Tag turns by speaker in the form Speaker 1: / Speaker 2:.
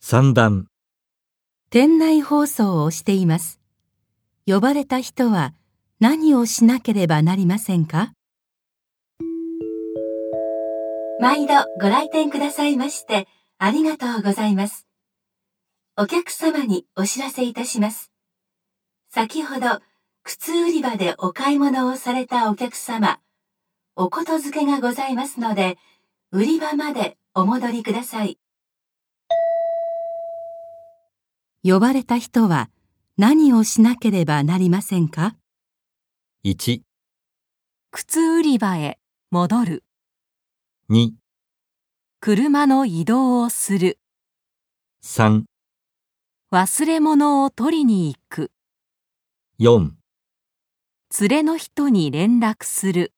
Speaker 1: 三段、
Speaker 2: 店内放送をしています。呼ばれた人は何をしなければなりませんか毎度ご来店くださいましてありがとうございます。お客様にお知らせいたします。先ほど靴売り場でお買い物をされたお客様、おことづけがございますので、売り場までお戻りください。呼ばれた人は何をしなければなりませんか
Speaker 1: 1、
Speaker 2: 靴売り場へ戻る、
Speaker 1: 2、
Speaker 2: 車の移動をする、
Speaker 1: 3、
Speaker 2: 忘れ物を取りに行く、
Speaker 1: 4。
Speaker 2: 連れの人に連絡する。